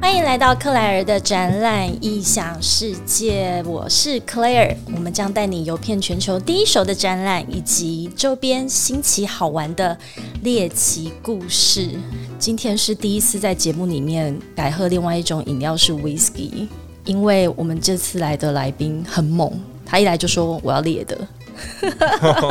欢迎来到克莱尔的展览异想世界，我是 Claire，我们将带你游遍全球第一手的展览以及周边新奇好玩的猎奇故事。今天是第一次在节目里面改喝另外一种饮料是 whisky，因为我们这次来的来宾很猛，他一来就说我要烈的。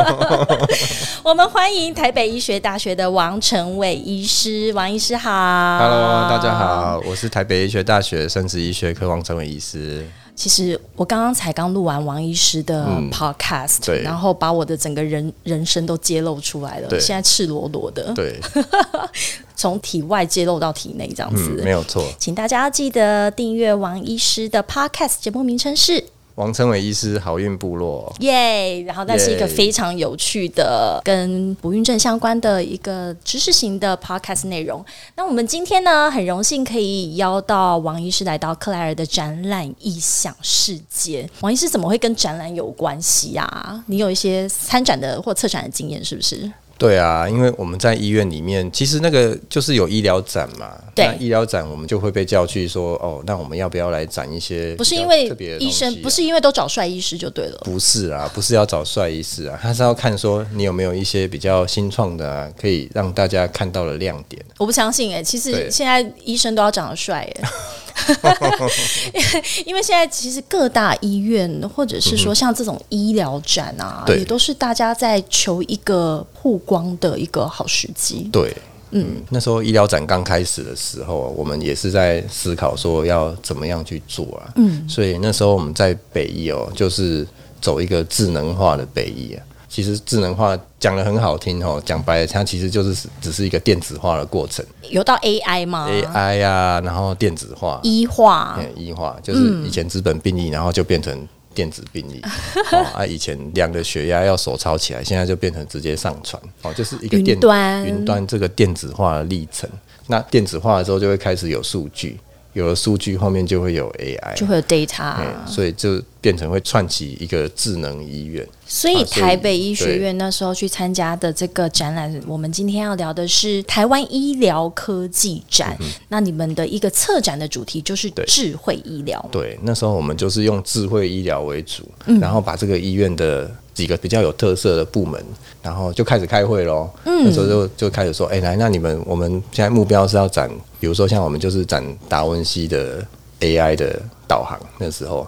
我们欢迎台北医学大学的王成伟医师，王医师好。啊 Hello，大家。好，我是台北医学大学生殖医学科王成伟医师。其实我刚刚才刚录完王医师的 podcast，、嗯对然后把我的整个人人生都揭露出来了，对现在赤裸裸的，对，从体外揭露到体内这样子。嗯，没有错。请大家要记得订阅王医师的 podcast 节目名称是王成伟医师好运部落，耶然后那是一个耶非常有趣的跟不孕症相关的一个知识型的 podcast 内容。那我们今天呢，很荣幸可以邀到王医师来到克莱尔的展览异想世界。王医师怎么会跟展览有关系啊？你有一些参展的或策展的经验是不是？对啊，因为我们在医院里面，其实那个就是有医疗展嘛。对那医疗展我们就会被叫去说，哦，那我们要不要来展一些不是比较因为特别的医东西啊生，不是因为都找帅医师就对了。不是啊，不是要找帅医师啊，他是要看说你有没有一些比较新创的、啊，可以让大家看到的亮点。我不相信哎、其实对现在医生都要长得帅哎、 因为因为现在其实各大医院或者是说像这种医疗展啊，嗯对也都是大家在求一个曝光的一个好时机。对，嗯，那时候医疗展刚开始的时候，我们也是在思考说要怎么样去做啊。嗯，所以那时候我们在北医哦，就是走一个智能化的北医啊。其实智能化讲的很好听哦，讲白了，它其实就是只是一个电子化的过程、有到 AI 吗 a i 啊，然后电子化、医化嗯，医化就是以前资本病历，然后就变成电子病历。哦、啊，以前量的血压要手抄起来，现在就变成直接上传。哦，就是一个电云端云端这个电子化的历程。那电子化的时候，就会开始有数据，有了数据后面就会有 AI。就会有 data，、嗯，所以就变成会串起一个智能医院。所以啊所以台北医学院那时候去参加的这个展览，我们今天要聊的是台湾医疗科技展。嗯那你们的一个策展的主题就是智慧医疗，对，那时候我们就是用智慧医疗为主，然后把这个医院的几个比较有特色的部门，然后就开始开会喽。那时候就就开始说，哎、来，那你们我们现在目标是要展，比如说像我们就是展达文西的 AI 的导航，那时候、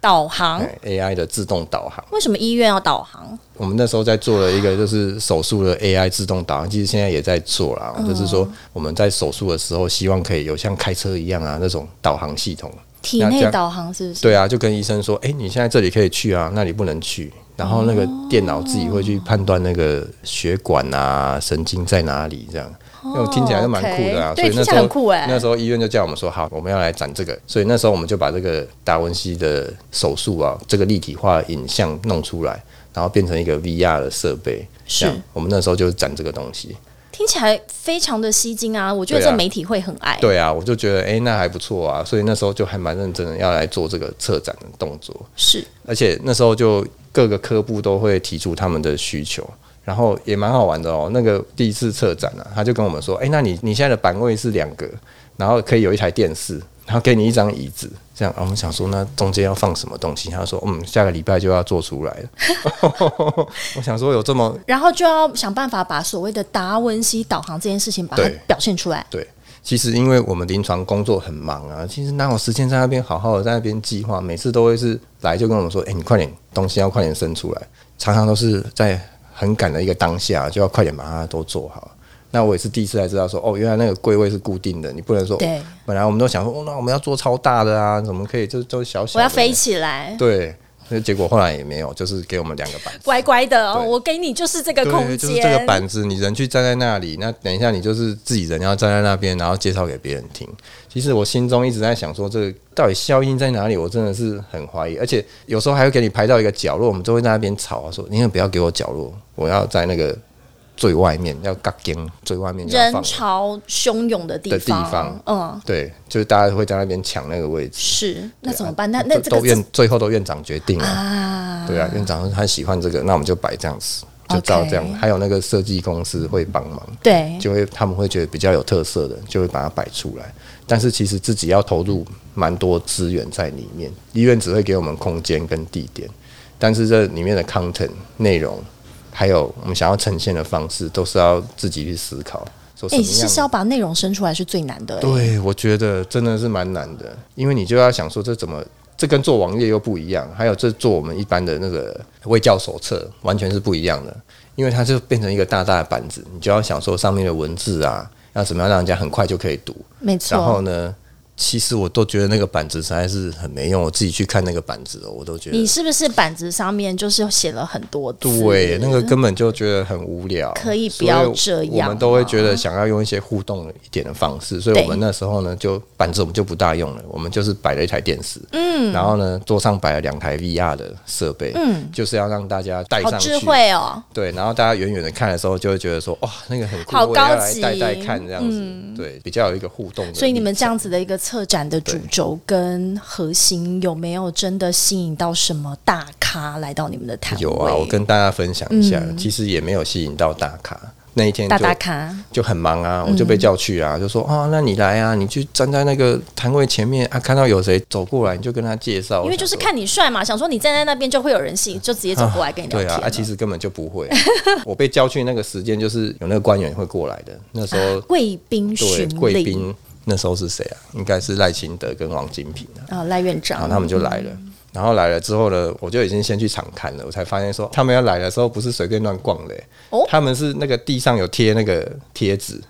导航。哎 AI 的自动导航。为什么医院要导航？我们那时候在做了一个就是手术的 AI 自动导航，其实现在也在做啦。就是说我们在手术的时候，希望可以有像开车一样啊那种导航系统。体那这内样导航是不是？对啊，就跟医生说，哎、你现在这里可以去啊，那里不能去。然后那个哦电脑自己会去判断那个血管啊、神经在哪里这样。那我听起来就蛮酷的啊哦 OK 所对以那听起时来候很酷欸那时候医院就叫我们说，好，我们要来展这个。所以那时候我们就把这个达文西的手术啊，这个立体化影像弄出来，然后变成一个 VR 的设备。这样是，我们那时候就是展这个东西。听起来非常的吸睛啊！我觉得对啊这媒体会很爱。对啊，我就觉得哎、诶那还不错啊，所以那时候就还蛮认真的要来做这个策展的动作。是而且那时候就各个科部都会提出他们的需求，然后也蛮好玩的哦。那个第一次策展啊，他就跟我们说：“哎、那你你现在的版位是两个，然后可以有一台电视，然后给你一张椅子，这样。啊”我们想说，那中间要放什么东西？他说：“嗯，下个礼拜就要做出来了。” 我想说，有这么然后就要想办法把所谓的达文西导航这件事情把它对表现出来。对，其实因为我们临床工作很忙啊，其实哪有时间在那边好好的在那边计划？每次都会是来就跟我们说：“哎、你快点，东西要快点生出来。”常常都是在很赶的一个当下，就要快点把它都做好。那我也是第一次才知道说，哦，原来那个柜位是固定的，你不能说对。本来我们都想说，哦，那我们要做超大的啊，怎么可以就就小我小的？要飞起来，对，那结果后来也没有，就是给我们两个板子。乖乖的哦，对我给你就是这个空对，间。就是这个板子，你人去站在那里，那等一下你就是自己人要站在那边，然后介绍给别人听。其实我心中一直在想说，这个到底效应在哪里？我真的是很怀疑，而且有时候还会给你排到一个角落，我们就会在那边吵啊，说你也不要给我角落，我要在那个最外面，要嘎尖最外面就要人放。潮汹涌的地的地方，方嗯，对，就是大家会在那边抢那个位置，是那怎么办？那啊都那这都个院最后都院长决定了。啊，对啊，院长他喜欢这个，那我们就摆这样子。就照这样。 OK 还有那个设计公司会帮忙，对，就会他们会觉得比较有特色的，就会把它摆出来。但是其实自己要投入蛮多资源在里面，医院只会给我们空间跟地点，但是这里面的 content 内容，还有我们想要呈现的方式，都是要自己去思考。说什哎、么样其实要把内容生出来是最难的、哎对，我觉得真的是蛮难的，因为你就要想说这怎么，这跟做网页又不一样，还有这做我们一般的那个卫教手册完全是不一样的，因为它就变成一个大大的板子，你就要想说上面的文字啊，要怎么样让人家很快就可以读。没然后错。呢，其实我都觉得那个板子实在是很没用，我自己去看那个板子哦，我都觉你得是不是板子上面就是写了很多字？嗯对，那个根本就觉得很无聊。可以不所以要这样吗，啊我们都会觉得想要用一些互动一点的方式，所以我们那时候呢，就板子我们就不大用了，我们就是摆了一台电视，嗯，然后呢，桌上摆了两台 VR 的设备，嗯，就是要让大家带好上智，去慧哦。对，然后大家远远的看的时候，就会觉得说，哇，那个很酷，好我也要高来级嗯带带看这样子，对，比较有一个互动的历程。所以你们这样子的一个策展的主轴跟核心，有没有真的吸引到什么大咖来到你们的摊位？有啊，我跟大家分享一下，其实也没有吸引到大咖。那一天就嗯大大咖，就很忙啊，我就被叫去嗯啊，就说啊，那你来啊，你去站在那个摊位前面啊，看到有谁走过来，你就跟他介绍。因为就是我想说。看你帅嘛，想说你站在那边就会有人信，就直接走过来跟你聊对天了。啊，啊，其实根本就不会。 我被叫去那个时间，就是有那个官员会过来的。那时候，贵宾对巡贵礼宾那时候是谁啊？应该是赖清德跟王金平啊。啊，赖院然后长，他们就来了。嗯然后来了之后呢，我就已经先去场看了，我才发现说他们要来的时候不是随便乱逛的、欸哦他们是那个地上有贴那个贴纸，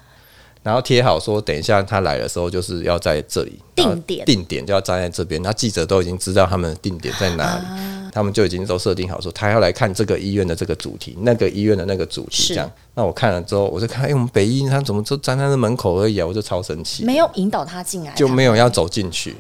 然后贴好说等一下他来的时候就是要在这里定然后点定点就要站在这边。那记者都已经知道他们的定点在哪里，啊他们就已经都设定好说他要来看这个医院的这个主题，那个医院的那个主是题这样。那我看了之后，我就看，哎、我们北医他怎么就站在那门口而已啊？我就超生气，没有引导他进来，啊就没有要走进去。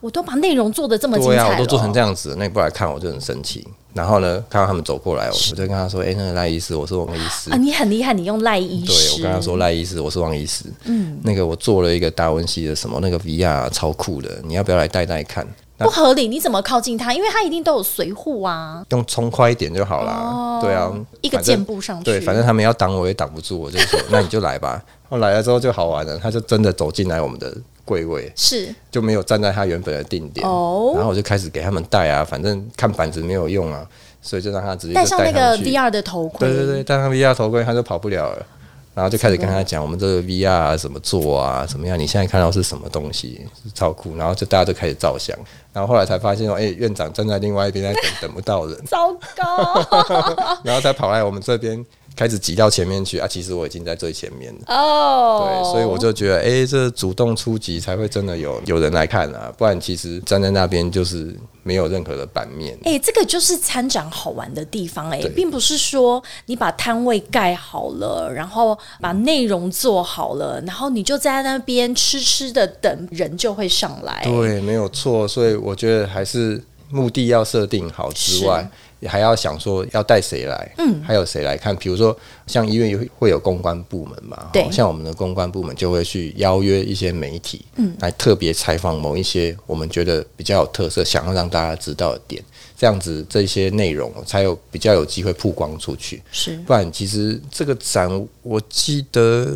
我都把内容做的这么精对彩哦啊，了，我都做成这样子，那你不来看我就很生气。然后呢，看到他们走过来，我就跟他说：“哎、那个赖医师，我是王医师。啊，你很厉害，你用赖医对，师，我跟他说赖医师，我是王医师。嗯，那个我做了一个达文西的什么那个 VR 超酷的，你要不要来带带看？那不合理，你怎么靠近他？因为他一定都有随护啊，用冲快一点就好啦。对啊，哦一个反正箭步上去，对，反正他们要挡我也挡不住，我就说那你就来吧。后来了之后就好玩了，他就真的走进来我们的柜位，是就没有站在他原本的定点。哦然后我就开始给他们带啊，反正看板子没有用啊，所以就让他直接就戴上那他个们去 VR 的头盔，对对对，戴上 VR 头盔他就跑不了了。然后就开始跟他讲我们这个 VR 啊怎么做啊，怎么样？你现在看到是什么东西，是超酷。然后就大家就开始照相，然后后来才发现哦，哎、院长站在另外一边在等，等不到人，糟 糕哦然后才跑来我们这边开始挤到前面去啊。其实我已经在最前面了。哦，对，所以我就觉得，哎、这主动出击才会真的有有人来看啊，不然其实站在那边就是没有任何的版面。哎、这个就是参展好玩的地方哎、对并不是说你把摊位盖好了，然后把嗯内容做好了，然后你就在那边痴痴的等人就会上来。对，哎没有错。所以我觉得还是目的要设定好之外，也还要想说要带谁来，嗯，还有谁来看。比如说，像医院也会会有公关部门嘛，对齁像我们的公关部门就会去邀约一些媒体，嗯，来特别采访某一些我们觉得比较有特色，想要让大家知道的点。这样子，这些内容才有比较有机会曝光出去。是不然其实这个展，我记得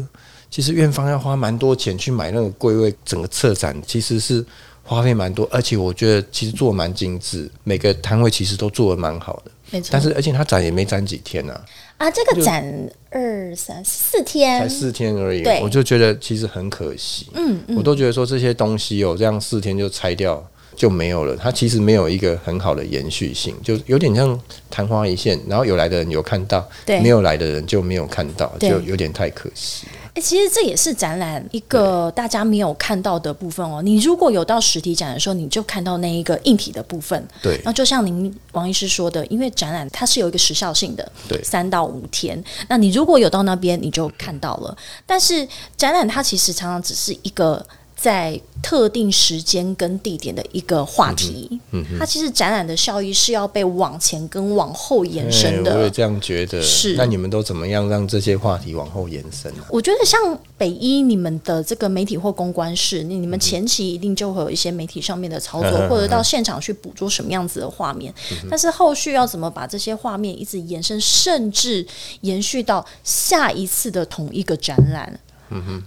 其实院方要花蛮多钱去买那个柜位，整个策展其实是花费蛮多，而且我觉得其实做得蛮精致，每个摊位其实都做的蛮好的。没错但是而且它展也没展几天啊，啊，这个展二三四天才，四天而已对，我就觉得其实很可惜。嗯，我都觉得说这些东西哦，这样四天就拆掉就没有了，它其实没有一个很好的延续性，就有点像昙花一现。然后有来的人有看到，对没有来的人就没有看到，对就有点太可惜。哎、其实这也是展览一个大家没有看到的部分哦。你如果有到实体展的时候，你就看到那一个硬体的部分。对然后就像您王医师说的，因为展览它是有一个时效性的，对三到五天。那你如果有到那边，你就看到了。但是展览它其实常常只是一个在特定时间跟地点的一个话题。嗯它其实展览的效益是要被往前跟往后延伸哎我也的。这样觉得。是那你们都怎么样让这些话题往后延伸啊？我觉得像北一你们的这个媒体或公关室，你你们前期一定就会有一些媒体上面的操作，嗯嗯嗯嗯嗯或者到现场去捕捉什么样子的画面。但是后续要怎么把这些画面一直延伸，甚至延续到下一次的同一个展览？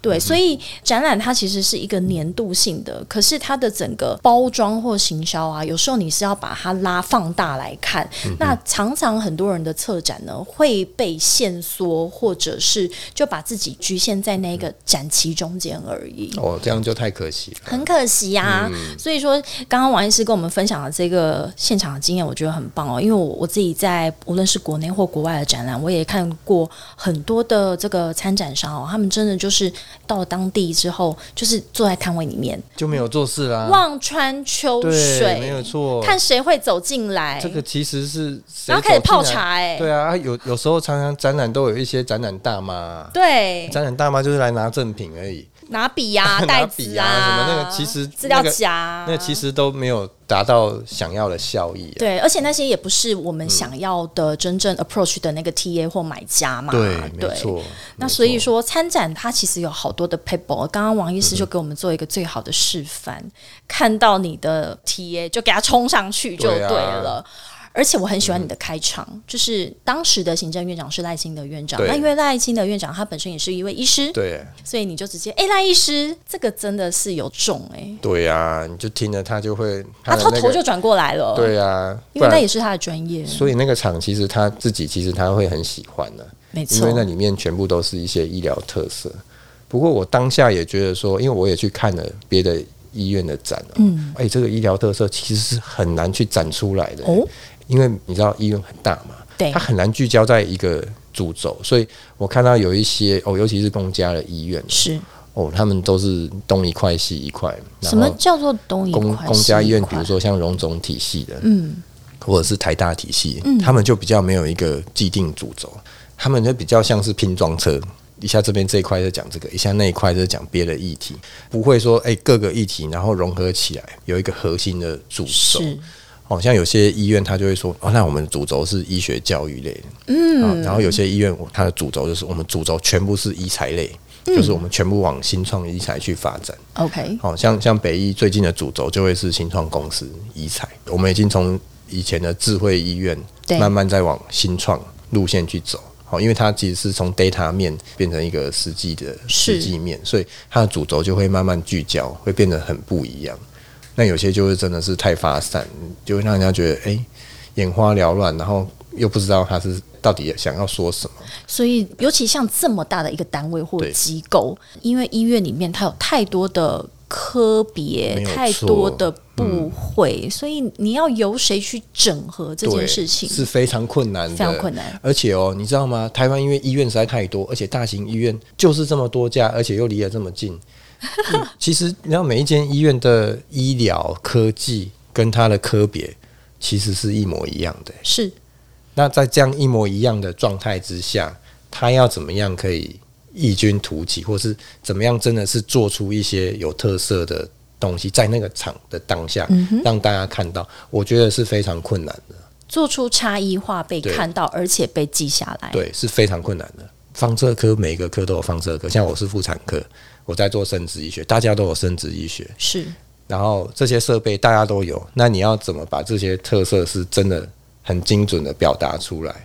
对，所以展览它其实是一个年度性的，可是它的整个包装或行销啊，有时候你是要把它拉放大来看。那常常很多人的策展呢，会被限缩，或者是就把自己局限在那个展期中间而已。哦，这样就太可惜了。很可惜呀、嗯所以说刚刚王医师跟我们分享的这个现场的经验，我觉得很棒哦。因为我我自己在无论是国内或国外的展览，我也看过很多的这个参展商哦，他们真的就是到了当地之后，就是坐在摊位里面就没有做事啦。望穿秋啊对，没有水，错。看谁会走进来，这个其实是谁然后开始走进泡来。茶、哎，对啊，啊有有时候常常展览都有一些展览大妈啊，对展览大妈就是来拿赠品而已，拿笔呀、 拿袋笔子啊什么那个其实资料那个夹啊、那其实都没有达到想要的效益、啊。对，而且那些也不是我嗯们想要的真正 approach 的那个 TA 或买家嘛。没错。那没所以错说，参展它其实有好多的 paper。刚刚王医师就嗯给我们做一个最好的示范，看到你的 TA 就给他冲上去就对对啊嗯了。而且我很喜欢你的开场，就是当时的行政院长是赖清德院长，对那因为赖清德院长他本身也是一位医师，对所以你就直接哎赖医师，这个真的是有中哎、对啊，你就听了他就会他的头那头个就转过来了，，对啊，因不为那然也是他的专业，所以那个厂其实他自己其实他会很喜欢的、没错，因为那里面全部都是一些医疗特色。不过我当下也觉得说，因为我也去看了别的医院的展、啊，嗯，哎、这个医疗特色其实是很难去展出来的、欸哦因为你知道医院很大嘛，对它很难聚焦在一个主轴，所以我看到有一些哦，尤其是公家的医院是哦，他们都是东一块西一块，然什么后叫做东一块公西一公家医院，比块如说像荣总体系的，嗯，或者是台大体系，他们就比较没有一个既定主轴，他们就比较像是拼装车，一下这边这一块在讲这个，一下那一块在讲别的议题，不会说哎、各个议题然后融合起来有一个核心的主轴。是哦，像有些医院他就会说，哦，那我们主轴是医学教育类的，嗯、然后有些医院我它的主轴就是我们主轴全部是医材类，嗯就是我们全部往新创医材去发展。 OK，好、像像北医最近的主轴就会是新创公司医材，我们已经从以前的智慧医院对慢慢在往新创路线去走。好，因为它其实是从 data 面变成一个实际的是实际面，所以它的主轴就会慢慢聚焦，会变得很不一样。那有些就是真的是太发散，就会让人家觉得哎、诶眼花缭乱，然后又不知道他是到底想要说什么。所以尤其像这么大的一个单位或对机构，因为医院里面它有太多的科别没，有太错多的部会，所以你要由谁去整合这件对事情嗯是非常困难的，非常困难。而且哦，你知道吗？台湾因为医院实在太多，而且大型医院就是这么多家，而且又离得这么近。嗯其实你知道，每一间医院的医疗科技跟它的科别其实是一模一样的。是那在这样一模一样的状态之下，它要怎么样可以异军突起，或是怎么样真的是做出一些有特色的东西，在那个场的当下、让大家看到，我觉得是非常困难的。做出差异化被对看到，而且被记下来。对，是非常困难的。放射科每个科都有放射科，像我是妇产科，我在做生殖医学，大家都有生殖医学，是然后这些设备大家都有，那你要怎么把这些特色是真的很精准的表达出来，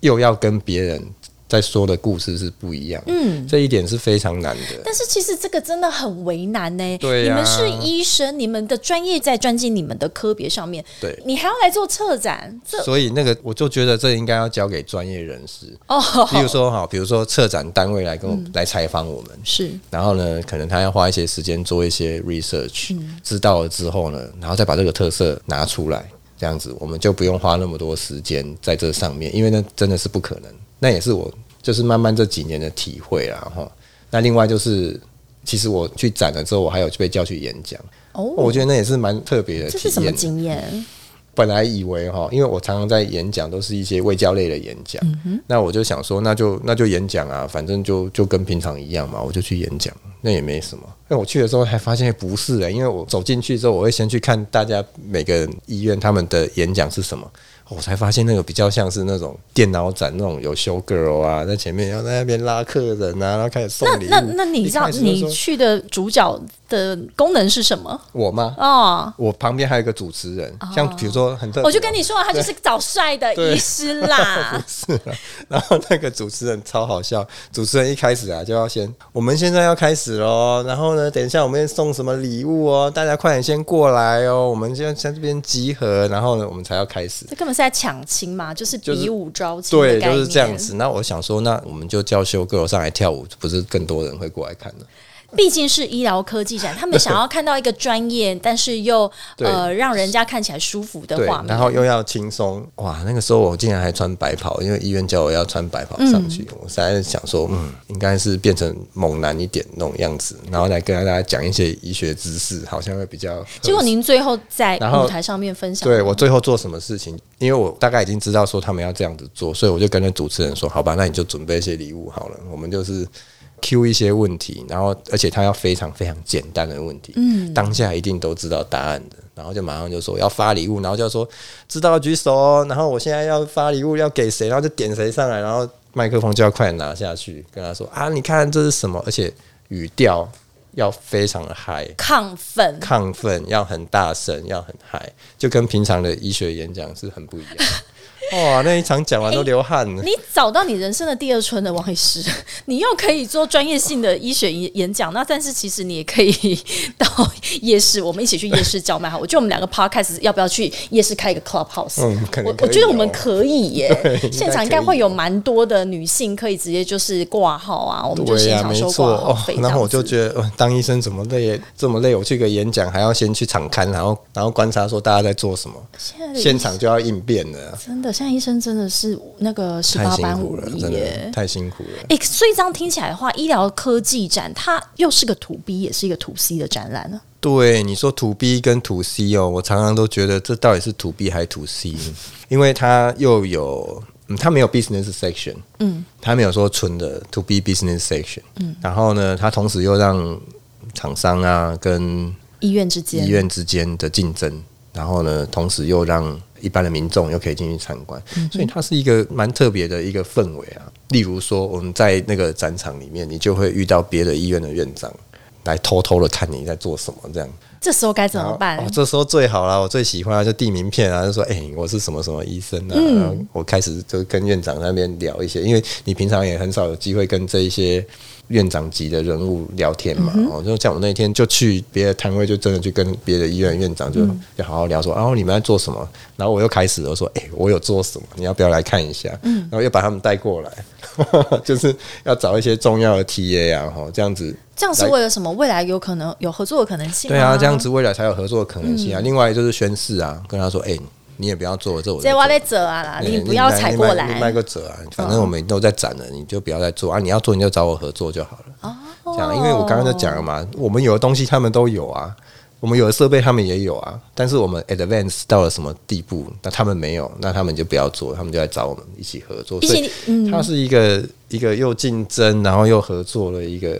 又要跟别人在说的故事是不一样，嗯，这一点是非常难的。但是其实这个真的很为难呢、对你呀们是医生，你们的专业在专精你们的科别上面，对你还要来做策展，这所以那个我就觉得这应该要交给专业人士，哦，比如说哈，比如说策展单位来跟我、来采访我们，是然后呢，可能他要花一些时间做一些 research，、知嗯道了之后呢，然后再把这个特色拿出来，这样子我们就不用花那么多时间在这上面，因为那真的是不可能。那也是我就是慢慢这几年的体会啦，哈。那另外就是，其实我去展了之后，我还有被叫去演讲，哦，我觉得那也是蛮特别的这体啊是什么验。经验？本来以为哈，因为我常常在演讲，都是一些卫教类的演讲，嗯那我就想说，那就那就演讲啊，反正就就跟平常一样嘛，我就去演讲，那也没什么。那我去的时候还发现不是欸因为我走进去之后，我会先去看大家每个人医院他们的演讲是什么，哦我才发现那个比较像是那种电脑展那种有 show girl 啊，在前面要在那边拉客人啊，然后开始送礼物。那那你一知道开始就你说去的主角的功能是什么？我吗？哦，我旁边还有一个主持人，像比如说很特别哦，我就跟你说啊，他就是找帅的对。医师啦 是啊，然后那个主持人超好笑，主持人一开始啊就要先，我们现在要开始喽，然后呢，等一下我们送什么礼物哦，大家快点先过来哦，我们就要在这边集合，然后呢，我们才要开始。这根本是在抢亲嘛，就是就是比武招亲的对，概念。就是这样子。那我想说，那我们就叫修 girl 上来跳舞，不是更多人会过来看的？毕竟是医疗科技展，他们想要看到一个专业，但是又 对呃让人家看起来舒服的对画，面。然后又要轻松，哇！那个时候我竟然还穿白袍，因为医院叫我要穿白袍上去，我实在是想说，嗯，应该是变成猛男一点那种样子，然后来跟大家讲一些医学知识，好像会比较合适。结果您最后在然后舞台上面分享，对我最后做什么事情？因为我大概已经知道说他们要这样子做，所以我就跟那主持人说：“好吧，那你就准备一些礼物好了。”我们就是 Q 一些问题，然后而且他要非常非常简单的问题，嗯，当下一定都知道答案的。然后就马上就说要发礼物，然后就说知道举手哦，然后我现在要发礼物要给谁，然后就点谁上来，然后麦克风就要快点拿下去，跟他说啊，你看这是什么，而且语调要非常的嗨，亢奋，亢奋，要很大声，要很嗨，就跟平常的医学演讲是很不一 样。哇，那一场讲完都流汗了。你找到你人生的第二春的王医师， 你又可以做专业性的医学演演讲，那但是其实你也可以到夜市，我们一起去夜市叫卖好。我觉得我们两个 podcast 要不要去夜市开一个 clubhouse？、嗯可哎能我可我以觉得我哦们可以 耶，现场应该可以会有蛮多的女性可以直接就是挂号啊，我们就对现呀、场没收错挂号哦费。这样子。然后我就觉得，呃当医生怎么累这么累？我去个演讲还要先去场刊，然后然后观察说大家在做什么，现在的医现场就要应变了，真的，现在医生真的是那个十太八辛般苦武了，艺真耶的。太辛苦了。诶，所以这样听起来的话，医疗科技展它又是个 to B，也是一个 to C 的展览呢。对你说 to B 跟 to C 哦，我常常都觉得这到底是 to B 还是 to C，因为它又有，嗯，它没有 business section，嗯，它没有说纯的 to B business section，嗯，然后呢，它同时又让厂商啊跟医院之间，医院之间的竞争，然后呢，同时又让一般的民众又可以进去参观，所以它是一个蛮特别的一个氛围啊。例如说，我们在那个展场里面，你就会遇到别的医院的院长来偷偷的看你在做什么这样。这时候该怎然么后办？哦，这时候最好啦，我最喜欢啊就递名片啊，就说哎、我是什么什么医生啊。嗯然后我开始就跟院长那边聊一些，因为你平常也很少有机会跟这一些院长级的人物聊天嘛。嗯哦，就像我那天就去别的摊位，就真的去跟别的医院院长就、嗯就好好聊说，哦，你们在做什么？然后我又开始我说，哎、我有做什么？你要不要来看一下？嗯然后又把他们带过来， 就是要找一些重要的 TA 啊，哦，这样子。这样是为了什么？未来有可能有合作的可能性、对啊，这样。子未来才有合作的可能性嗯啊。另外就是宣誓啊，跟他说，哎、你也不要做这我在这做挖在折啊啦，哎你不要卖踩过你卖你卖来。嗯个折啊，反正我们都在展了，你就不要再做啊。你要做你就找我合作就好了。哦这样，因为我刚刚就讲了嘛，我们有的东西他们都有啊，我们有的设备他们也有啊，但是我们 advance 到了什么地步，那他们没有，那他们就不要做，他们就来找我们一起合作。毕所竟以它是一个一个又竞争，然后又合作的一个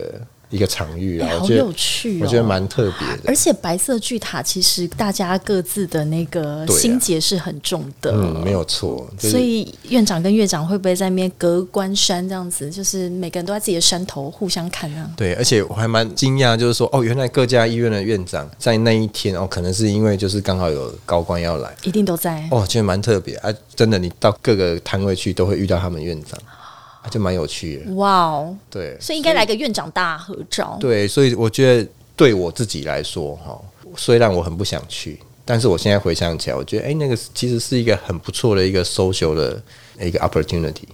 一个场域啊哎，我好觉有得趣哦！我觉得蛮特别的。而且白色巨塔其实大家各自的那个对啊心结是很重的，嗯，没有错，就是、所以院长跟院长会不会在那边隔关山这样子？就是每个人都在自己的山头互相看啊。对，而且我还蛮惊讶，就是说哦，原来各家医院的院长在那一天哦，可能是因为就是刚好有高官要来。一定都在。哦，觉得蛮特别啊！真的，你到各个摊位去都会遇到他们院长，啊、就蛮有趣的。哇哦！对，所以应该来个院长大合 照。对，所以我觉得对我自己来说，哈，虽然我很不想去，但是我现在回想起来，我觉得哎、那个其实是一个很不错的一个 social 的一个 opportunity，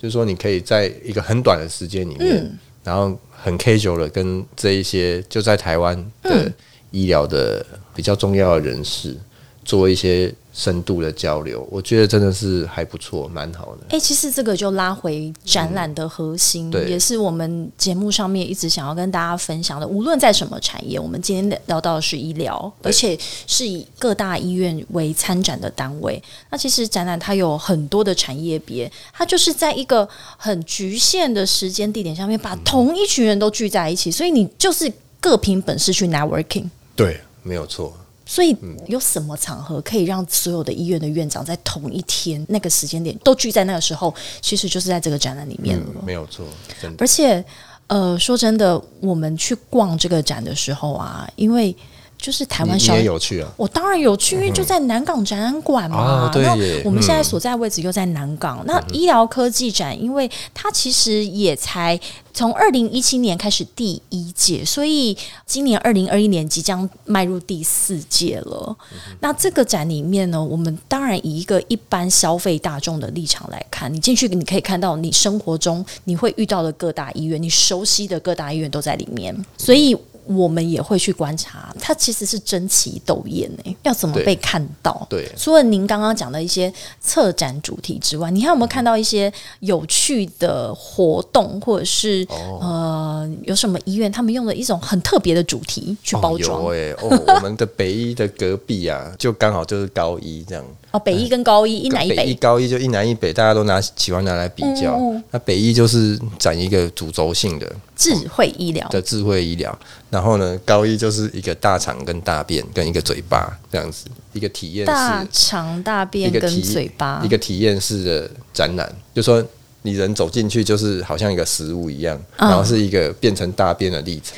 就是说你可以在一个很短的时间里面，嗯然后很 casual 的跟这一些就在台湾的医疗的比较重要的人士。做一些深度的交流，我觉得真的是还不错，蛮好的。哎、其实这个就拉回展览的核心，对也是我们节目上面一直想要跟大家分享的。无论在什么产业，我们今天聊到的是医疗，而且是以各大医院为参展的单位。那其实展览它有很多的产业别，它就是在一个很局限的时间地点下面，把嗯同一群人都聚在一起，所以你就是各凭本事去 networking。对，没有错。所以有什么场合可以让所有的医院的院长在同一天那个时间点都聚在那个时候？其实就是在这个展览里面了。嗯，没有错，真的。而且，呃，说真的，我们去逛这个展的时候啊，因为就是台你湾你小也有去啊？我当然有去，因为就在南港展览馆嘛。啊对那耶嗯我们现在所在位置又在南港。那医疗科技展，因为它其实也才从二零一七年开始第一届，所以今年二零二一年即将迈入第四届了。那这个展里面呢，我们当然以一个一般消费大众的立场来看，你进去你可以看到你生活中你会遇到的各大医院，你熟悉的各大医院都在里面，所以我们也会去观察，它其实是争奇斗艳诶、要怎么对被看到？对除了您刚刚讲的一些策展主题之外，你还有没有看到一些有趣的活动，或者是、哦呃有什么医院他们用的一种很特别的主题去包装？哦哦有哎、哦，我们的北医的隔壁啊， 就刚好就是高一这样。哦北医跟高医，一南一哎北一哦北，嗯高一就一南一北，大家都拿喜欢拿来比较。那北一就是展一个主轴性的智慧医疗。的智慧医疗，然后呢，高一就是一个大肠跟大便跟一个嘴巴这样子，一个体验大式，肠、大一便个跟体嘴巴一，个体验式的展览，就说。你人走进去就是好像一个食物一样，嗯然后是一个变成大便的历程。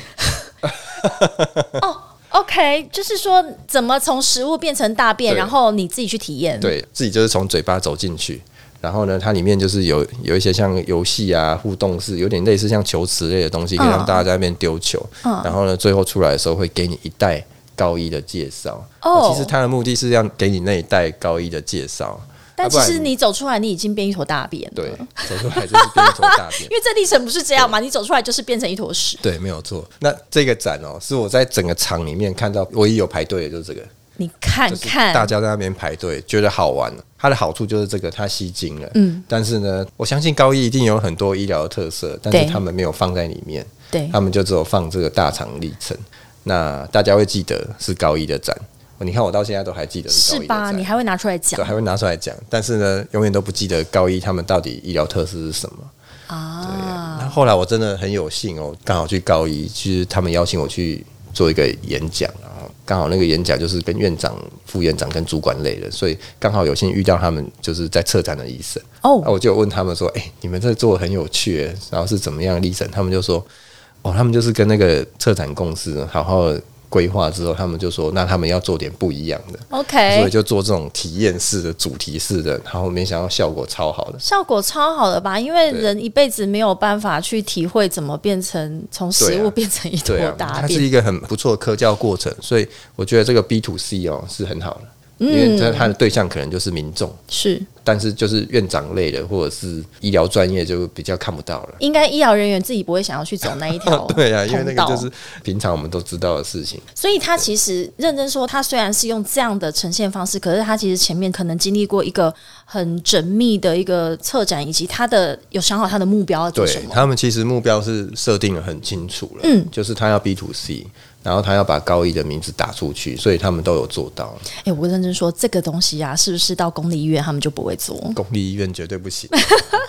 OK，就是说怎么从食物变成大便，对然后你自己去体验。对自己就是从嘴巴走进去，然后呢，它里面就是有有一些像游戏啊、互动式，有点类似像球池类的东西，可以让大家在那边丢球。然后呢，最后出来的时候会给你一袋高一的介绍。哦其实它的目的是让给你那一袋高一的介绍。但啊其不然实你走出来，你已经变一坨大便了。对走出来就是变成大便 因。为这历程不是这样嘛，你走出来就是变成一坨屎。对，没有错。那这个展哦，是我在整个场里面看到唯一有排队的，就是这个。你看就是看，大家在那边排队，觉得好玩。它的好处就是这个，它吸睛了。嗯，但是呢，我相信高一一定有很多医疗的特色，但对是他们没有放在里面，对他们就只有放这个大肠历程。那大家会记得是高一的展，你看我到现在都还记得是是高一的吧？展，你还会拿出来讲对，还会拿出来讲，但是呢，永远都不记得高一他们到底医疗特色是什么。啊？那后来我真的很有幸哦，刚好去高一，就是他们邀请我去做一个演讲，然后刚好那个演讲就是跟院长、副院长跟主管类的，所以刚好有幸遇到他们就是在策展的医生。那哦，我就问他们说：“哎、你们这做得很有趣耶，然后是怎么样的历程？”他们就说：“哦，他们就是跟那个策展公司好好地规划之后，他们就说，那他们要做点不一样的。”所以 OK，就做这种体验式的、主题式的，然后没想到效果超好的。效果超好的吧？因为对人一辈子没有办法去体会怎么变成从食对物啊变成一坨对啊，大它是便。一个很不错的科教过程，所以我觉得这个 B to C 哦是很好的，嗯因为它它的对象可能就是民众，是，但是就是院长类的或者是医疗专业就比较看不到了。应该医疗人员自己不会想要去走那一 条对啊，因为那通个道就是平常我们都知道的事情。所以他其实认真说，他虽然是用这样的呈现方式，可是他其实前面可能经历过一个很缜密的一个策展，以及他的有想好他的目标要做对什么。他们其实目标是设定的很清楚了，嗯，就是他要 B to C，然后他要把高一的名字打出去，所以他们都有做 到。哎、我认真说，这个东西啊，是不是到公立医院他们就不会做？公立医院绝对 不行，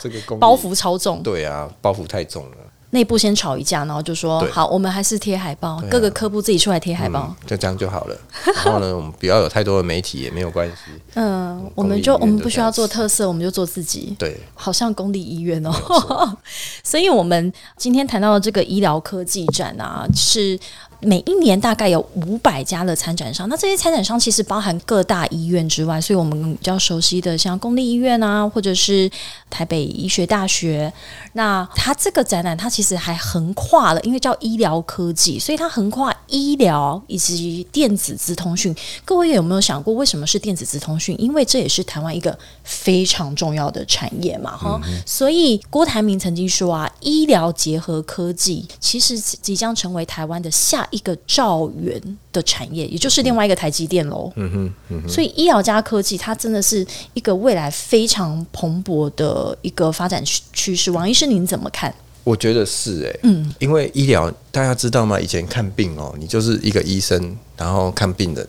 这个公立包袱超重，对啊，包袱太重了。内部先吵一架，然后就说对好，我们还是贴海报，啊各个科部自己出来贴海报嗯。，就这样就好了。然后呢，我们不要有太多的媒体也没有关系。嗯，我公们立就医院我们就不这需要样做子特色，我们就做自己。对，好像公立医院哦。 所以，我们今天谈到的这个医疗科技展啊，是每一年大概有五百家的参展商。那这些参展商其实包含各大医院之外，所以我们比较熟悉的像公立医院啊，或者是台北医学大学。那它这个展览，它其实还横跨了，因为叫医疗科技，所以它横跨医疗以及电子资通讯。各位有没有想过，为什么是电子资通讯？因为这也是台湾一个非常重要的产业嘛，哈、所以郭台铭曾经说啊，医疗结合科技，其实即将成为台湾的下一个兆元的产业，也就是另外一个台积电喽。嗯哼，嗯哼，所以医疗加科技，它真的是一个未来非常蓬勃的一个发展趋趋势。王医师，您怎么看？我觉得是哎、嗯，因为医疗大家知道吗？以前看病哦、你就是一个医生，然后看病人，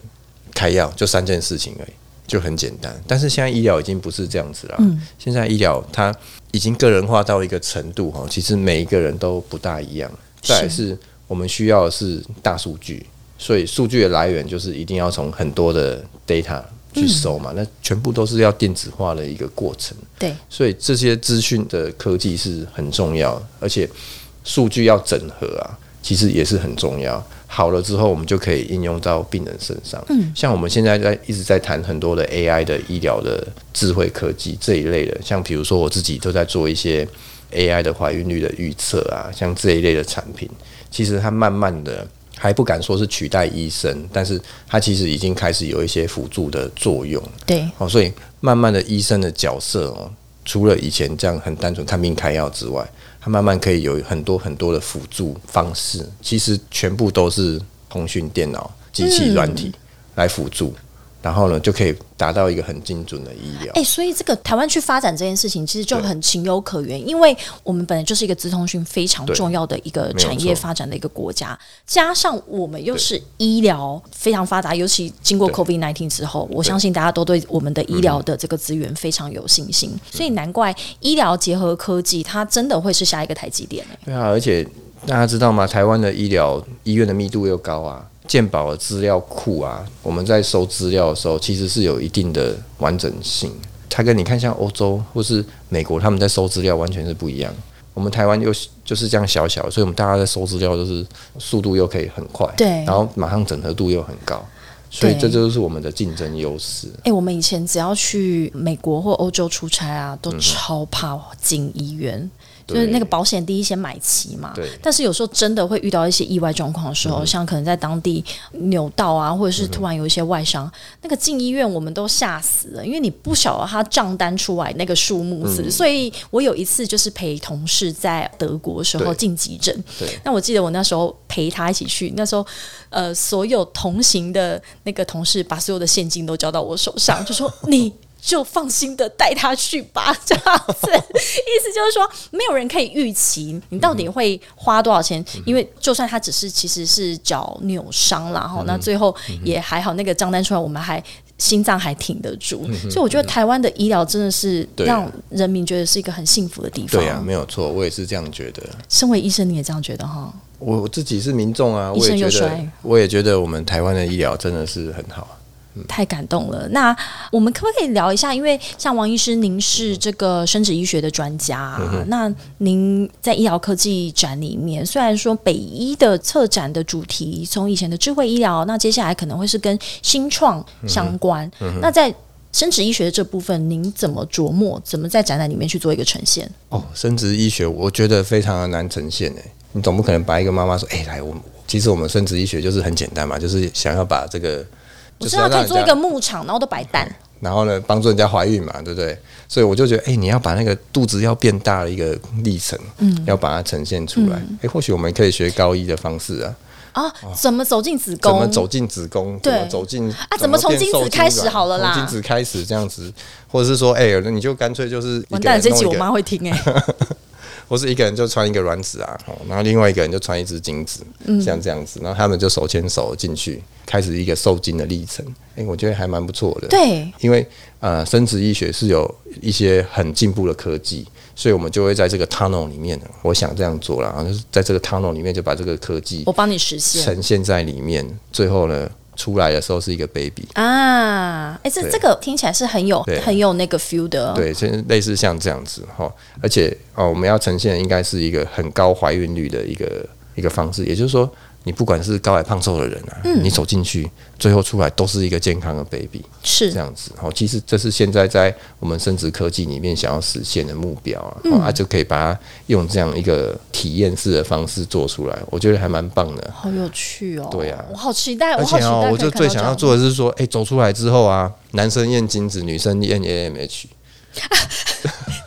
开药，就三件事情而已，就很简单。但是现在医疗已经不是这样子啦，现在医疗它已经个人化到一个程度哈，其实每一个人都不大一样。再来是我们需要的是大数据，所以数据的来源就是一定要从很多的 data 去搜嘛，那全部都是要电子化的一个过程。对，所以这些资讯的科技是很重要，而且数据要整合啊，其实也是很重要。好了之后，我们就可以应用到病人身上。嗯，像我们现在在一直在谈很多的 AI 的医疗的智慧科技这一类的，像比如说我自己都在做一些 AI 的怀孕率的预测啊，像这一类的产品，其实它慢慢的还不敢说是取代医生，但是它其实已经开始有一些辅助的作用。对，哦，所以慢慢的医生的角色哦，除了以前这样很单纯看病开药之外，他慢慢可以有很多很多的辅助方式，其实全部都是通讯、电脑、机器、软体来辅助，然后呢就可以达到一个很精准的医疗。哎、所以这个台湾去发展这件事情，其实就很情有可原，因为我们本来就是一个资通讯非常对重要的一个没有产业错发展的一个国家，加上我们又是医疗非常发达，尤其经过 COVID nineteen 之后，我相信大家都对我们的医嗯疗的这个资源非常有信心，所以难怪医疗结合科技，它真的会是下一个台积电、欸。对啊，而且大家知道吗？台湾的医疗医院的密度又高啊，健保的资料库啊，我们在收资料的时候，其实是有一定的完整性。它跟你看像欧洲或是美国，他们在收资料完全是不一样。我们台湾又就是这样小小，所以我们大家在收资料都是速度又可以很快，对然后马上整合度又很高，所以对这就是我们的竞争优势。哎、我们以前只要去美国或欧洲出差啊，都超怕进医院，就是嗯对那个保险第一先买齐嘛。对嗯但是有时候真的会遇到一些意外状况的时候，像可能在当地扭到啊，或者是突然有一些外伤，那个进医院我们都吓死了，因为你不晓得他账单出来那个数目嗯字。所以我有一次就是陪同事在德国的时候对进急诊对，那我记得我那时候陪他一起去，那时候呃，所有同行的那个同事把所有的现金都交到我手上，就说你。就放心的带他去吧，这样子，意思就是说，没有人可以预期你到底会花多少钱，嗯因为就算他只是其实是脚扭伤嗯了哈，那最后也还好，那个账单出来，我们还心脏还挺得住，嗯所以我觉得台湾的医疗真的是对啊让人民觉得是一个很幸福的地方。对啊，没有错，我也是这样觉得。身为医生，你也这样觉得哈？我我自己是民众啊，医我生也觉又得衰，我也觉得我们台湾的医疗真的是很好。啊太感动了。那我们可不可以聊一下？因为像王医师，您是这个生殖医学的专家啊、嗯那您在医疗科技展里面，虽然说北医的策展的主题从以前的智慧医疗，那接下来可能会是跟新创相关。嗯那在生殖医学这部分，您怎么琢磨？怎么在展览里面去做一个呈现？哦，生殖医学我觉得非常的难呈现诶，欸你总不可能把一个妈妈说，哎、来，我们其实我们生殖医学就是很简单嘛，就是想要把这个，我知就是道要可以让人做一家，个牧场，然后都摆蛋。然后呢帮助人家怀孕嘛，对不对？所以我就觉得，哎、你要把那个肚子要变大的一个历程，嗯，要把它呈现出来。哎、嗯或许我们可以学高一的方式啊，啊，怎么走进子怎宫？么走进子宫，对怎么走进啊怎么从变精子受精开始卵好了啦从精子开始这样子，或者是说，哎、你就干脆就是一完个蛋了，人这弄集一我个妈会听哎、 或是一个人就穿一个卵子啊，哦然后另外一个人就穿一只精子，嗯像这样子，然后他们就手牵手进去，开始一个受精的历程。哎、我觉得还蛮不错的。，对，因为呃，生殖医学是有一些很进步的科技，所以我们就会在这个 tunnel 里面，我想这样做啦，然后就是在这个 tunnel 里面就把这个科技我帮你实现。呈现在里面，最后呢，出来的时候是一个 baby。啊，哎、这对这个听起来是很有对很有那个 feel 的。哦对，就是类似像这样子哈，而且哦，我们要呈现的应该是一个很高怀孕率的一个一个方式，也就是说，你不管是高矮胖瘦的人啊，嗯你走进去，最后出来都是一个健康的 baby 是这样子。哦，其实这是现在在我们生殖科技里面想要实现的目标啊，嗯哦啊就可以把它用这样一个体验式的方式做出来，我觉得还蛮棒的。好有趣哦。对啊我好期待，而我好且期待哦，可以我就看最到想这要样 做的是说，哎、走出来之后啊，男生验精子，女生验 AMH。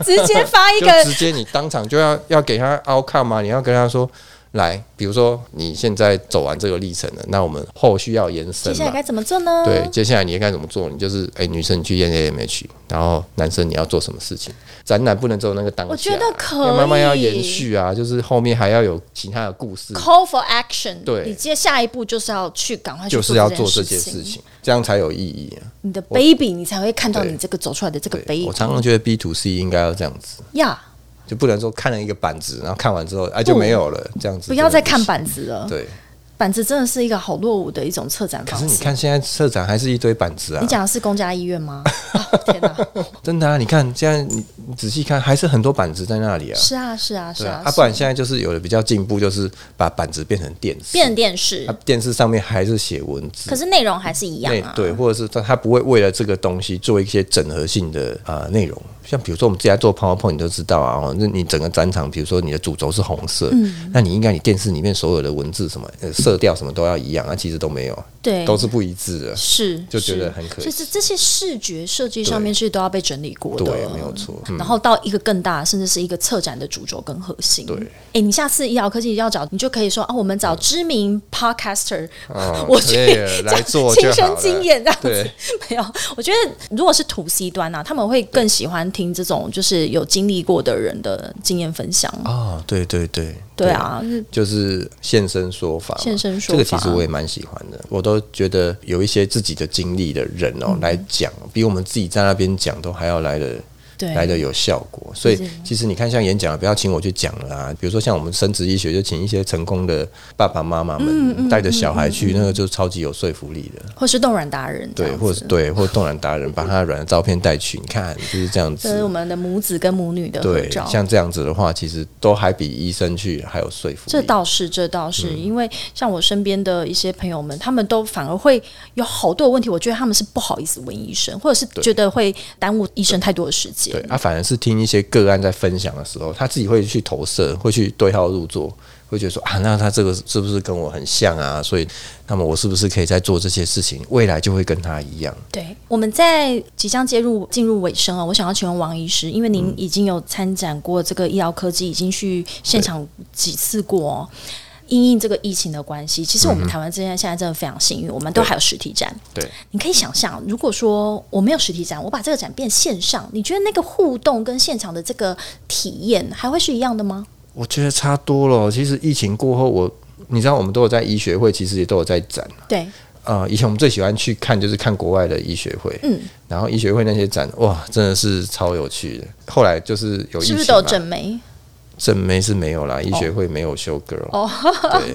直接发一就个直接你当场就要要给他 outcome 啊，你要跟他说，来，比如说你现在走完这个历程了，那我们后续要延接伸下来嘛？该怎嗯么做呢？对，，接下来你应该怎么做？你就是哎、女生你去验 AMH，然后男生你要做什么事情？展览不能只有那个当下，啊我觉得可以要慢慢要延续啊，就是后面还要有其他的故事， Call for action，对你接下一步就是要去赶快去就是要做这这件件事事，情，这样才有意义啊。你的 baby 你才会看到对你这个走出来的这个对， baby 我常常觉得 B to C 应该要这样子，呀就不能说看了一个板子，然后看完之后哎、就没有了，这样子不要再看真的板子了不，行。对，板子真的是一个好落伍的一种策展可方是式。你看现在社长还是一堆板子啊你，讲的是公家医院 吗？啊天哪，真的啊！你看现在你你仔细看，还是很多板子在那里啊。是啊是啊是对啊啊，，啊，不然现在就是有的比较进步，就是把板子变成电视，变电视啊，，电视上面还是写文字可，是内容还是一样那啊。对，或者是它它不会为了这个东西做一些整合性的啊内容。像比如说我们自己在做 PowerPoint，你就知道啊，哦，那你整个展场，比如说你的主轴是红色，嗯那你应该你电视里面所有的文字什么、呃、色调什么都要一样，那、其实都没有，对都是不一致 的。是就觉是得很可所以这这些视觉设计上对面是都要被整理过的，对没有错嗯然后到一个更大，甚至是一个策展的主轴跟核心。对，哎，你下次医疗科技要找，你就可以说啊，我们找知名 podcaster，、嗯哦 我去对来做亲就好身了经验这样子对。 没有，我觉得如果是 to C 端啊，他们会更喜欢听这种就是有经历过的人的经验分享。哦，对对对，对啊，是就是现身说法嘛，现身说这法个其实我也蛮喜欢的，我都觉得有一些自己的经历的人哦、嗯来讲，比我们自己在那边讲都还要来的对来的有效果。所以其实你看，像演讲啊不要请我去讲了啊，比如说像我们生殖医学，就请一些成功的爸爸妈妈嗯们带着小孩去，那个就超级有说服力的。或是动软达人嗯这对，样或子者对，或动然达人把他的软的照片带去，你看就是这样这是我子。们的母子跟母女的合对，照。像这样子的话，其实都还比医生去还有说服力。这倒是，这倒是，因为像我身边的一些朋友们，他们都反而会有好多的问题，我觉得他们是不好意思问医生，或者是觉得会耽误医生太多的时间对，。他、啊反而是听一些个案在分享的时候，他自己会去投射，会去对号入座，会觉得说啊，那他这个是不是跟我很像啊？所以，那么我是不是可以在做这些事情，未来就会跟他一样？对，我们在即将介入进入尾声哦，我想要请问王医师，因为嗯您已经有参展过这个医疗科技，已经去现场几次过、哦。因应这个疫情的关系，其实我们台湾之间现在真的非常幸运，我们都还有实体展。嗯对，你可以想象，如果说我没有实体展，我把这个展变线上，你觉得那个互动跟现场的这个体验还会是一样的吗？我觉得差多了。哦其实疫情过后，我你知道，我们都有在医学会，其实也都有在展。对，呃，以前我们最喜欢去看就是看国外的医学会，嗯，然后医学会那些展，哇，真的是超有趣的。后来就是有是疫情不嘛是都有整眉？正妹是没有哦啦，医学会没有修 girl，、对，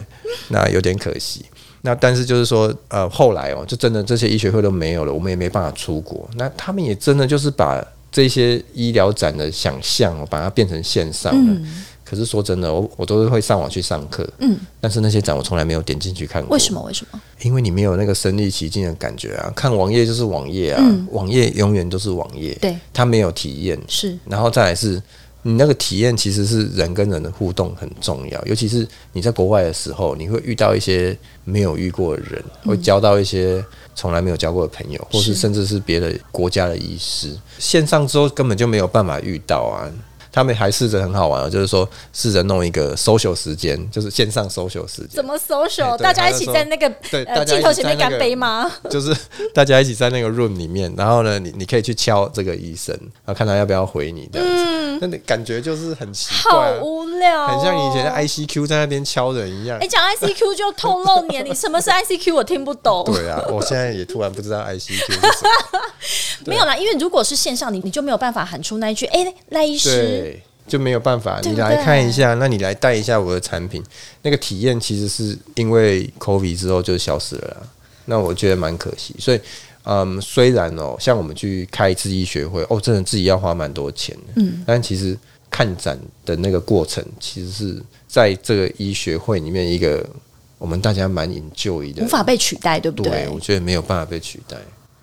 那有点可惜。那但是就是说，呃，后来哦，就真的这些医学会都没有了，我们也没办法出国。那他们也真的就是把这些医疗展的想象、哦，把它变成线上了。嗯可是说真的，我我都是会上网去上课，嗯，但是那些展我从来没有点进去看过。为什么？为什么？因为你没有那个身临其境的感觉啊！看网页就是网页啊，网页永远都是网页，嗯对，它没有体验，是然后再来是你那个体验，其实是人跟人的互动很重要，尤其是你在国外的时候，你会遇到一些没有遇过的人，会交到一些从来没有交过的朋友，或是嗯是甚至是别的国家的医师。线上之后根本就没有办法遇到啊。他们还试着很好玩哦，就是说试着弄一个 social 时间，就是线上 social 时间怎，么 social？哎对大家一起他就说在那个对呃大家镜一起头前面在干那个杯吗？就是大家一起在那个 room 里面，然后呢，你你可以去敲这个医生，然后看他要不要回你这样子。那你感觉就是很奇嗯好怪、啊，无聊、哦，很像你以前在 ICQ 在那边敲人一样哎、。讲 ICQ 就透露年龄，什 么是 ICQ 我听不懂。对啊，我现在也突然不知道 ICQ 是什 么。没有啦，因为如果是线上，你你就没有办法喊出那一句“哎、赖医师对，就没有办法。对你不对来看一下，那你来带一下我的产品，那个体验其实是因为 COVID 之后就消失了啦。那我觉得蛮可惜，所以。嗯，虽然哦，像我们去开一次医学会，哦，真的自己要花蛮多钱的，嗯，但其实看展的那个过程，其实是在这个医学会里面一个我们大家蛮 enjoy ”，的无，法被取代，对不对，我觉得没有办法被取代。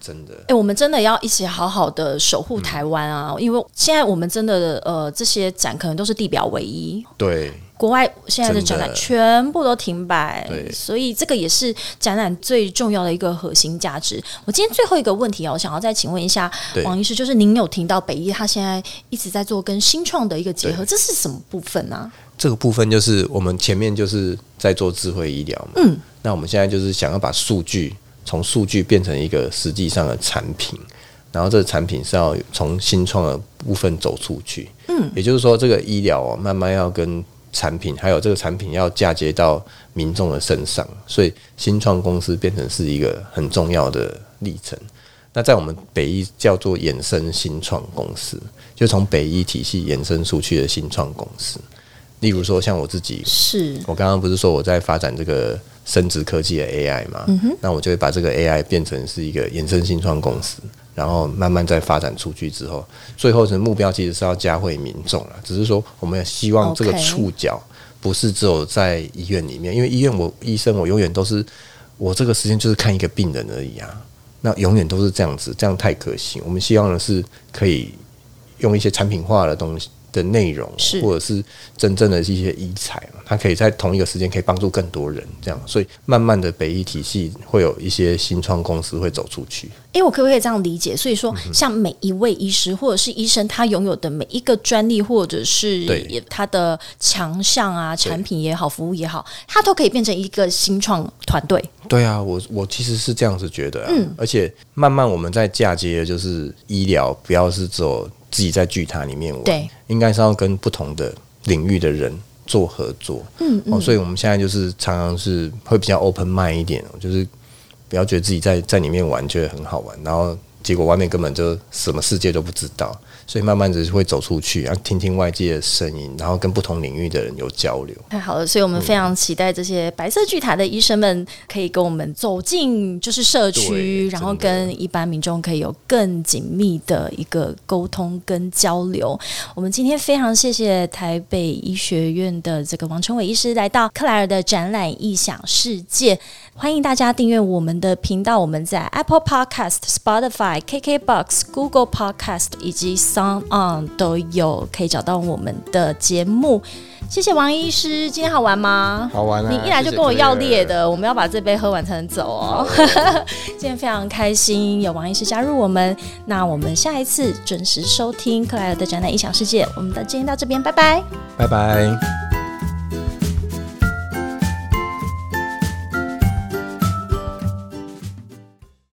真的哎、我们真的要一起好好的守嗯护台湾啊！因为现在我们真的呃，这些展可能都是地表唯一，对。国外现在的展览真的全部都停摆，对所以这个也是展览最重要的一个核心价值。我今天最后一个问题哦，我想要再请问一下对王医师，就是您有听到北医他现在一直在做跟新创的一个结合，这是什么部分呢、啊？这个部分就是我们前面就是在做智慧医疗嘛，嗯，那我们现在就是想要把数据从数据变成一个实际上的产品，然后这个产品是要从新创的部分走出去，嗯，也就是说这个医疗、哦、慢慢要跟产品还有这个产品要嫁接到民众的身上，所以新创公司变成是一个很重要的历程。那在我们北医叫做衍生新创公司，就从北医体系衍生出去的新创公司。例如说，像我自己，是嗯我刚刚不是说我在发展这个生殖科技的 AI 嘛？那我就会把这个 AI 变成是一个衍生新创公司，然后慢慢再发展出去之后，最后的目标其实是要加惠民众啦。只是说，我们也希望这个 OK 触角不是只有在医院里面，因为医院我医生我永远都是我这个时间就是看一个病人而已啊，那永远都是这样子，这样太可惜。我们希望的是可以用一些产品化的东西的内容是，或者是真正的一些医材嘛，它可以在同一个时间可以帮助更多人，这样，所以慢慢的北医体系会有一些新创公司会走出去，哎、我可不可以这样理解？所以说，嗯像每一位医师或者是医生，他拥有的每一个专利或者是对也他的强项啊、产品也好、服务也好，他都可以变成一个新创团队。对啊，我我其实是这样子觉得、啊，嗯而且慢慢我们在嫁接，的就是医疗不要是只有自己在剧塔里面玩，对，应该是要跟不同的领域的人做合作，嗯哦，所以我们现在就是常常是会比较 open mind 一点，哦就是不要觉得自己在在里面玩觉得很好玩，然后结果外面根本就什么世界都不知道，所以慢慢的会走出去，然后听听外界的声音，然后跟不同领域的人有交流。太好了，所以我们非常期待这些白色巨塔的医生们可以跟我们走进就是社区，对然后真的跟一般民众可以有更紧密的一个沟通跟交流。我们今天非常谢谢台北医学院的这个王成伟医师来到克莱尔的展览《异想世界》，欢迎大家订阅我们的频道。我们在 Apple Podcast、Spotify、KKBox、Google Podcast 以及 Sound On 都有可以找到我们的节目。谢谢王医师，今天好玩吗？好玩啊你一来就谢谢啊跟我要 Claire 烈的，我们要把这杯喝完才能走哦。 今天非常开心有王医师加入我们，那我们下一次准时收听克莱尔的展览异想世界。我们到今天到这边，拜拜。拜拜。